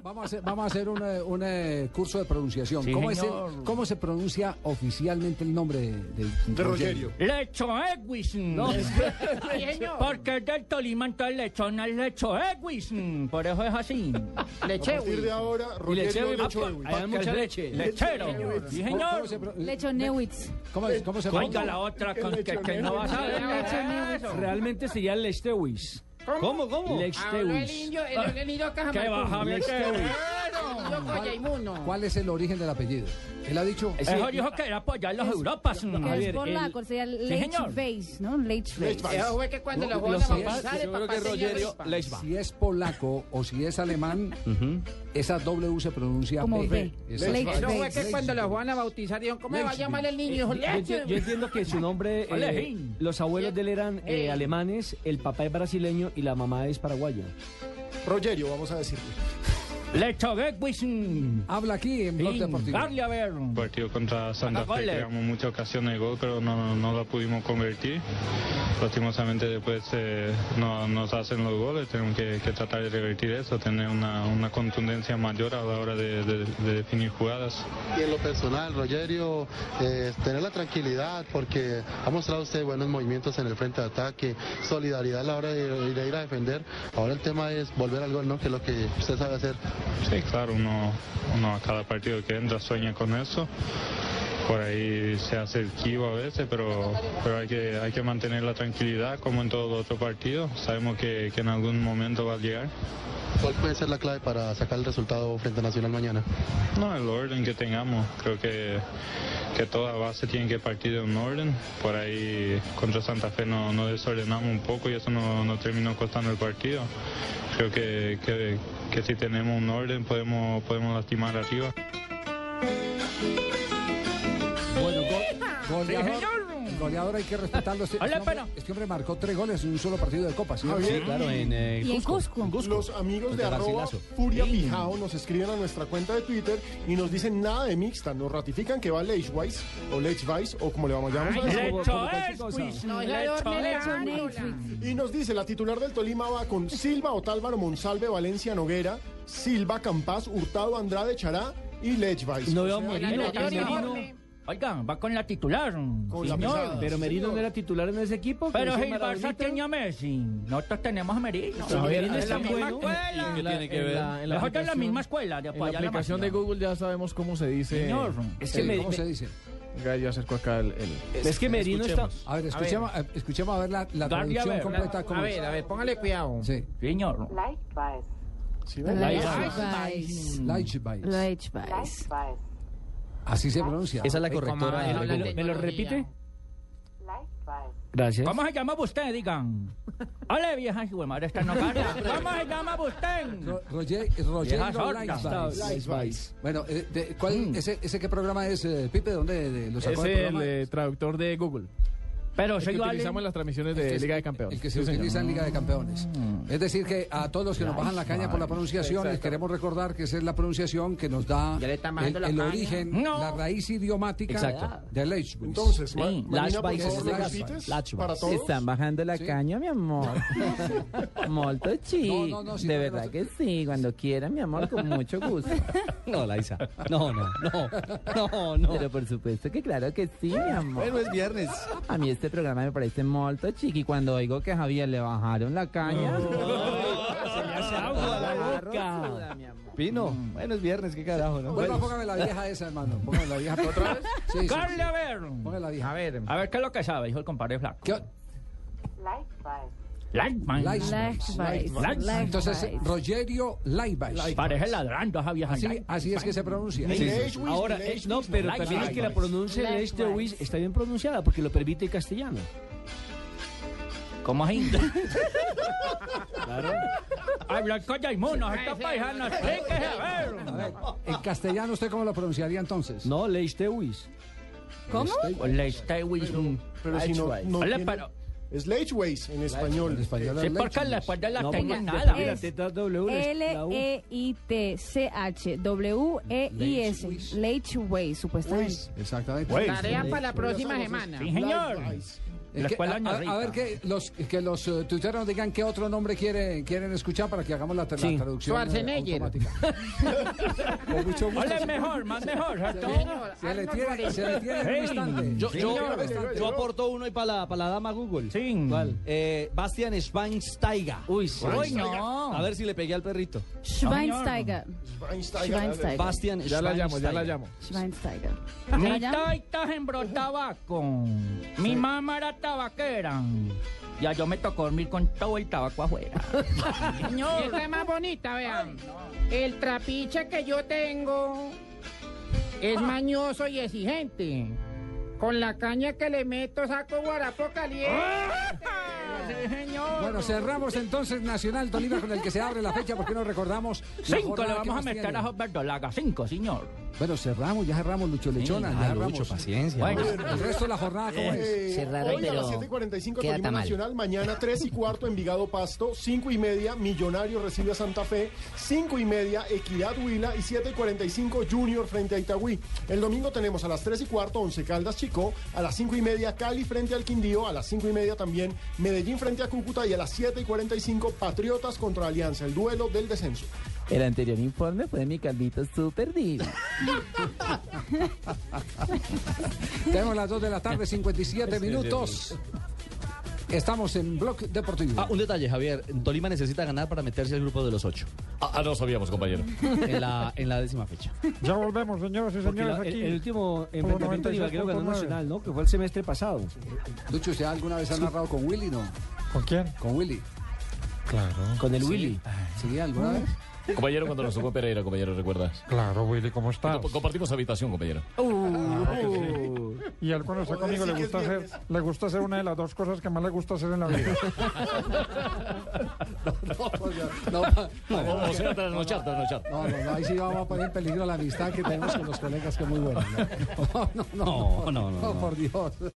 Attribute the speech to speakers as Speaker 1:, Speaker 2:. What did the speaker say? Speaker 1: Vamos a hacer, vamos a hacer un, eh, un, eh, curso de pronunciación.
Speaker 2: Sí,
Speaker 1: ¿Cómo, es el-
Speaker 2: señor.
Speaker 1: cómo se pronuncia oficialmente el nombre de, de-
Speaker 3: De Rogerio.
Speaker 2: Lecho Edwin. Porque es del Tolima, entonces lechona es Lecho Edwin. Por eso es así.
Speaker 3: A partir de ahora, Rogerio Lechewin.
Speaker 4: Hay mucha leche.
Speaker 2: Lechero. Sí,
Speaker 1: ¿Cómo, cómo
Speaker 2: señor.
Speaker 1: se pro-
Speaker 5: Lechonewitz.
Speaker 1: cómo es- cómo se
Speaker 2: Oiga
Speaker 1: pronuncia?
Speaker 2: la otra con que, que no vas a ver.
Speaker 4: Realmente sería Lechtewis.
Speaker 2: ¿Cómo, cómo?
Speaker 6: Ah,
Speaker 4: Lechtewis.
Speaker 2: Que baja mi
Speaker 1: ¿Cuál es el origen del apellido? Él ha dicho. eh,
Speaker 2: Eso dijo que era apoyar los Europas.
Speaker 5: Que es
Speaker 4: Javier,
Speaker 5: por la
Speaker 4: el-
Speaker 5: cor, sería
Speaker 2: señor.
Speaker 5: Leichface, ¿no? Leichface.
Speaker 1: lo- lo- si, es, si es polaco o si es alemán, esa W se pronuncia
Speaker 5: Como
Speaker 1: B.
Speaker 5: B.
Speaker 1: Esa-
Speaker 5: Leche.
Speaker 6: No fue que cuando los van a bautizar dijeron, ¿cómo va a llamar el niño? Dijo,
Speaker 4: Yo, enti- yo
Speaker 6: "Leche".
Speaker 4: entiendo que su nombre, eh,
Speaker 2: Alejín.
Speaker 4: los abuelos de él eran eh,
Speaker 6: Eh.
Speaker 4: alemanes, el papá es brasileño y la mamá es paraguaya.
Speaker 3: Rogerio, vamos a decirle.
Speaker 2: Lecho Edwin.
Speaker 1: Habla aquí en Blog Deportivo.
Speaker 2: Darle a ver.
Speaker 7: partido contra Santa Fe
Speaker 2: goles.
Speaker 7: creamos muchas ocasiones de gol, pero no, no la pudimos convertir. Lastimosamente después eh, no- nos hacen los goles, tenemos que, que tratar de revertir eso, tener una, una contundencia mayor a la hora de- de- de definir jugadas.
Speaker 8: Y en lo personal, Rogerio, eh, tener la tranquilidad porque ha mostrado usted buenos movimientos en el frente de ataque, solidaridad a la hora de, de ir a defender. Ahora el tema es volver al gol, ¿no? Que es lo que usted sabe hacer.
Speaker 7: Sí, claro, uno, uno a cada partido que entra sueña con eso. Por ahí se hace el kibo a veces, pero, pero hay, que, hay que mantener la tranquilidad como en todo otro partido. Sabemos que, que en algún momento va a llegar.
Speaker 8: ¿Cuál puede ser la clave para sacar el resultado frente a Nacional mañana?
Speaker 7: No, el orden que tengamos. Creo que, que toda base tiene que partir de un orden. Por ahí contra Santa Fe nos no desordenamos un poco y eso nos no terminó costando el partido. Creo que, que, que si tenemos un orden podemos, podemos lastimar arriba.
Speaker 1: Bueno, go- goleador,
Speaker 2: Sí, señor.
Speaker 1: el goleador hay que respetarlo. Este,
Speaker 2: Hola,
Speaker 1: este hombre,
Speaker 2: pero-
Speaker 1: este hombre marcó tres goles en un solo partido de Copa. ¿sí?
Speaker 3: Javier,
Speaker 4: Claro, en eh,
Speaker 5: Y en Cusco.
Speaker 3: Los amigos de
Speaker 4: Contra
Speaker 3: arroba
Speaker 4: Garcilaso.
Speaker 3: Furia Pijao nos escriben a nuestra cuenta de Twitter y nos dicen nada de mixta. Nos ratifican que va Leichweiss o Leichweiss o como le vamos a llamar.
Speaker 2: Lecho Edwin. Lecho
Speaker 5: Lechonewitz.
Speaker 3: Y nos dice, la titular del Tolima va con Silva, Otálvaro, Monsalve, Valencia, Noguera, Silva, Campás, Hurtado, Andrade, Chará y Lechweiss.
Speaker 4: no veo a
Speaker 3: O sea,
Speaker 4: Merino.
Speaker 2: Lecho
Speaker 4: a Merino.
Speaker 2: Edwin. Oiga, va con la titular.
Speaker 3: Con la
Speaker 2: Señor.
Speaker 3: pisada.
Speaker 4: Pero Merino
Speaker 3: Señor.
Speaker 4: no era titular en ese equipo.
Speaker 2: Pero
Speaker 4: ese
Speaker 2: si el Barça
Speaker 4: Maradonita.
Speaker 2: tenía a Messi, nosotros tenemos a Merino.
Speaker 4: Pero Merino
Speaker 2: Es
Speaker 4: es
Speaker 2: la
Speaker 4: tan
Speaker 2: misma
Speaker 4: bueno.
Speaker 2: escuela.
Speaker 9: ¿Qué tiene que
Speaker 4: en
Speaker 9: ver?
Speaker 4: la- en la
Speaker 2: Nosotros la
Speaker 4: aplicación-
Speaker 2: misma escuela. De
Speaker 9: En la aplicación de Google ya sabemos cómo se dice.
Speaker 2: Señor.
Speaker 4: Es que,
Speaker 1: Sí,
Speaker 4: me-
Speaker 1: ¿Cómo
Speaker 4: me-
Speaker 1: se dice?
Speaker 9: Gallo acercó acá el. el-
Speaker 4: es que Merino está...
Speaker 9: Escuchemos.
Speaker 1: A ver, escuchemos a ver, escuchemos a ver la, la
Speaker 2: Darle a
Speaker 1: traducción
Speaker 2: ver,
Speaker 1: completa.
Speaker 2: la-
Speaker 1: ¿cómo
Speaker 6: A
Speaker 1: es?
Speaker 6: ver, a ver, póngale cuidado.
Speaker 1: Sí.
Speaker 2: Señor.
Speaker 3: ¿sí ven?
Speaker 5: Leichface.
Speaker 1: Leichweiss.
Speaker 5: Leichface.
Speaker 1: Así se pronuncia.
Speaker 4: Esa es la
Speaker 6: Como
Speaker 4: correctora.
Speaker 6: habla
Speaker 4: ¿Me lo-
Speaker 6: tecnología.
Speaker 4: ¿Me lo repite? Gracias.
Speaker 2: ¿Cómo se llama usted? Digan. Hola, vieja madre, esta no gana. ¿Cómo se llama usted?
Speaker 1: Ro- Roger, Roger
Speaker 2: Vieja sorda.
Speaker 1: Leichweiss.
Speaker 4: Leitchweiss.
Speaker 1: Bueno, eh, de- ¿cuál, ese, ¿ese qué programa es, eh, Pipe? ¿Dónde de- lo
Speaker 9: Es
Speaker 1: sacó del
Speaker 9: el
Speaker 1: programa?
Speaker 9: eh, traductor de Google.
Speaker 2: Pero
Speaker 9: El que
Speaker 2: soy yo,
Speaker 9: utilizamos en las transmisiones de
Speaker 1: Es-
Speaker 9: Liga de Campeones.
Speaker 1: El que se
Speaker 9: Sí, señor.
Speaker 1: utiliza en Liga de Campeones.
Speaker 4: Mm.
Speaker 1: Es decir, que a todos los que nos bajan la caña por la pronunciación, les queremos recordar que esa es la pronunciación que nos da
Speaker 6: Ya le están
Speaker 1: el,
Speaker 6: bajando la
Speaker 1: el
Speaker 6: caña.
Speaker 1: origen,
Speaker 2: No.
Speaker 1: la raíz idiomática
Speaker 4: Exacto.
Speaker 1: de Leichweiss.
Speaker 3: Entonces, Ma-
Speaker 2: Sí,
Speaker 3: Marina, por
Speaker 4: Lashbais,
Speaker 3: favor,
Speaker 4: en este caso.
Speaker 3: repites
Speaker 4: Lashbais.
Speaker 3: para todos.
Speaker 10: Están bajando la
Speaker 1: Sí.
Speaker 10: caña, mi amor. Molto chido.
Speaker 1: No, no, no, sí,
Speaker 10: de
Speaker 1: no,
Speaker 10: verdad
Speaker 1: no,
Speaker 10: que sí, cuando quiera, mi amor, con mucho gusto.
Speaker 4: No, Laisa. No, no, no. No,
Speaker 10: Pero por supuesto que claro que sí, mi amor. Bueno, es viernes.
Speaker 4: Ah,
Speaker 10: A mí este programa me parece molto chiqui. Cuando oigo que a Javier le bajaron la caña...
Speaker 4: Se le hace agua la
Speaker 10: agarro
Speaker 4: boca.
Speaker 10: suda, mi amor.
Speaker 4: Pino.
Speaker 10: Mm.
Speaker 4: Bueno, es viernes, qué carajo, ¿no?
Speaker 1: Vuelva, póngame la vieja esa, hermano. Póngame la vieja. ¿Otra vez? Sí, sí, sí.
Speaker 2: Carle, a ver.
Speaker 1: Póngame la vieja.
Speaker 6: A ver,
Speaker 2: A ver, ¿qué es lo que sabe? Dijo el compadre Flaco.
Speaker 1: ¿Qué-
Speaker 2: Lightman.
Speaker 1: Light-
Speaker 5: Leichface.
Speaker 2: Leichweiss.
Speaker 1: Entonces,
Speaker 5: Leichface.
Speaker 1: Rogerio Laibach.
Speaker 2: Parece ladrando esa vieja.
Speaker 1: Así, así es que se pronuncia.
Speaker 3: Sí.
Speaker 4: Ahora,
Speaker 3: Ahora,
Speaker 4: eh, no, pero
Speaker 2: Leitch
Speaker 4: también es
Speaker 2: Weiss.
Speaker 4: que la pronuncia de
Speaker 5: Leitch
Speaker 4: este
Speaker 5: Weiss.
Speaker 4: Wiz está bien pronunciada porque lo permite el castellano.
Speaker 2: ¿Cómo así? Hablar con Yaimuno, estos paisanos, explíquese, a
Speaker 1: A
Speaker 2: ver.
Speaker 1: ver, en castellano, ¿usted cómo lo pronunciaría entonces?
Speaker 4: No, este Leitewis.
Speaker 5: ¿Cómo?
Speaker 2: Hola, está Wilson.
Speaker 3: Pero si no, no
Speaker 2: Hola,
Speaker 3: tiene-
Speaker 2: pero-
Speaker 3: Es Leichweiss en español. Eh,
Speaker 1: En español es
Speaker 2: Sí,
Speaker 1: Leitch.
Speaker 2: porque después de la
Speaker 4: No,
Speaker 2: tengo
Speaker 4: porque
Speaker 2: nada.
Speaker 4: después de la
Speaker 5: Es E
Speaker 4: teta W, la U.
Speaker 5: L-E-I-T-C-H-W-E-I-S. Leichways, supuestamente.
Speaker 1: Exactamente.
Speaker 2: Pues,
Speaker 6: tarea para la próxima semana.
Speaker 2: Sí, señor.
Speaker 3: Leichweiss.
Speaker 1: Eh,
Speaker 2: La
Speaker 1: que-
Speaker 2: escuela
Speaker 1: a,
Speaker 2: Doña
Speaker 1: a- a
Speaker 2: Rita.
Speaker 1: ver que los que los eh, tuiteros digan qué otro nombre quieren, quieren escuchar para que hagamos la, tra- la
Speaker 2: Sí.
Speaker 1: traducción eh,
Speaker 6: Schwarzenegger.
Speaker 1: automática. Con mucho gusto.
Speaker 2: Hola, es mejor, más mejor, ¿cierto?
Speaker 1: Se le tiene, se le tiene en un
Speaker 2: Hey.
Speaker 1: instante.
Speaker 4: Yo, yo-
Speaker 1: Señor.
Speaker 4: yo aporto uno y para la, pa' la dama Google.
Speaker 2: Sí.
Speaker 4: ¿Cuál? Eh, Bastian Schweinsteiger. Uy,
Speaker 2: Uy, no.
Speaker 4: A ver si le pegué al perrito.
Speaker 5: Schweinsteiger.
Speaker 3: Schweinsteiger.
Speaker 5: Schweinsteiger.
Speaker 4: Bastian
Speaker 9: Ya la llamo, ya la
Speaker 4: Schweinsteiger.
Speaker 9: llamo.
Speaker 5: Schweinsteiger.
Speaker 2: Mi
Speaker 5: ¿Ya?
Speaker 2: taita sembró tabaco. Mi mamá era tabaquera. Ya yo me tocó dormir con todo el tabaco afuera.
Speaker 6: Y esta es más bonita, vean. El trapiche que yo tengo
Speaker 2: Ah.
Speaker 6: es mañoso y exigente. Con la caña que le meto saco guarapo caliente.
Speaker 2: Sí, señor.
Speaker 1: Bueno, cerramos entonces Nacional Tolima con el que se abre la fecha porque nos recordamos. la
Speaker 2: cinco
Speaker 1: jornada
Speaker 2: le
Speaker 1: que
Speaker 2: vamos a
Speaker 1: más
Speaker 2: meter
Speaker 1: tiene.
Speaker 2: a José Verdolaga. Cinco, señor.
Speaker 1: Bueno, cerramos, ya cerramos Lucho Lechona, ya
Speaker 4: Ah,
Speaker 1: cerramos.
Speaker 4: Lucho, paciencia.
Speaker 2: Bueno.
Speaker 1: El resto de la jornada, ¿cómo es?
Speaker 3: Eh,
Speaker 11: Cerraron,
Speaker 3: hoy a
Speaker 11: pero
Speaker 3: las 7 y 45
Speaker 11: queda
Speaker 3: Tolima
Speaker 11: tamal.
Speaker 3: Nacional, mañana 3 y cuarto Envigado Pasto, 5 y media Millonario recibe a Santa Fe, 5 y media Equidad Huila y 7 y 45 Junior frente a Itagüí. El domingo tenemos a las 3 y cuarto Once Caldas Chico, a las 5 y media Cali frente al Quindío, a las 5 y media también Medellín frente a Cúcuta y a las 7 y 45 Patriotas contra Alianza, el duelo del descenso.
Speaker 10: El anterior informe fue de mi calvito super divino.
Speaker 1: Tenemos las 2 de la tarde, 57 minutos. Estamos en Blog Deportivo.
Speaker 4: Ah, un detalle, Javier. Tolima necesita ganar para meterse al grupo de los ocho.
Speaker 12: Ah, no sabíamos, compañero.
Speaker 4: En la, en la décima fecha.
Speaker 13: Ya volvemos, señoras y
Speaker 14: Porque la- el,
Speaker 13: señores, aquí.
Speaker 14: el último
Speaker 13: por
Speaker 14: enfrentamiento de Ibagué lo ganó
Speaker 13: 96.9.
Speaker 14: Nacional, ¿no? Que fue el semestre pasado.
Speaker 1: Lucho, ¿usted alguna vez ha narrado con Willy, no?
Speaker 13: ¿Con quién?
Speaker 1: Con Willy.
Speaker 13: Claro.
Speaker 14: Con el Willy.
Speaker 1: ¿Sí, alguna vez?
Speaker 12: Compañero, cuando nos tocó Pereira, compañero, ¿recuerdas?
Speaker 13: Claro, Willy, ¿cómo estás?
Speaker 12: Comp- Compartimos habitación, compañero.
Speaker 13: Y al conocer
Speaker 3: Joder,
Speaker 13: conmigo
Speaker 3: sí
Speaker 13: le
Speaker 3: que es
Speaker 13: gusta hacer,
Speaker 3: viernes.
Speaker 13: le gusta hacer una de las dos cosas que más le gusta hacer en la vida.
Speaker 1: No,
Speaker 12: O, o sea, trasnochar, trasnochar.
Speaker 1: no, no, no, ahí sí vamos a poner en peligro la amistad que tenemos con los colegas, que es muy buena. No, no, no, no, no,
Speaker 4: no, no, no.
Speaker 1: por Dios.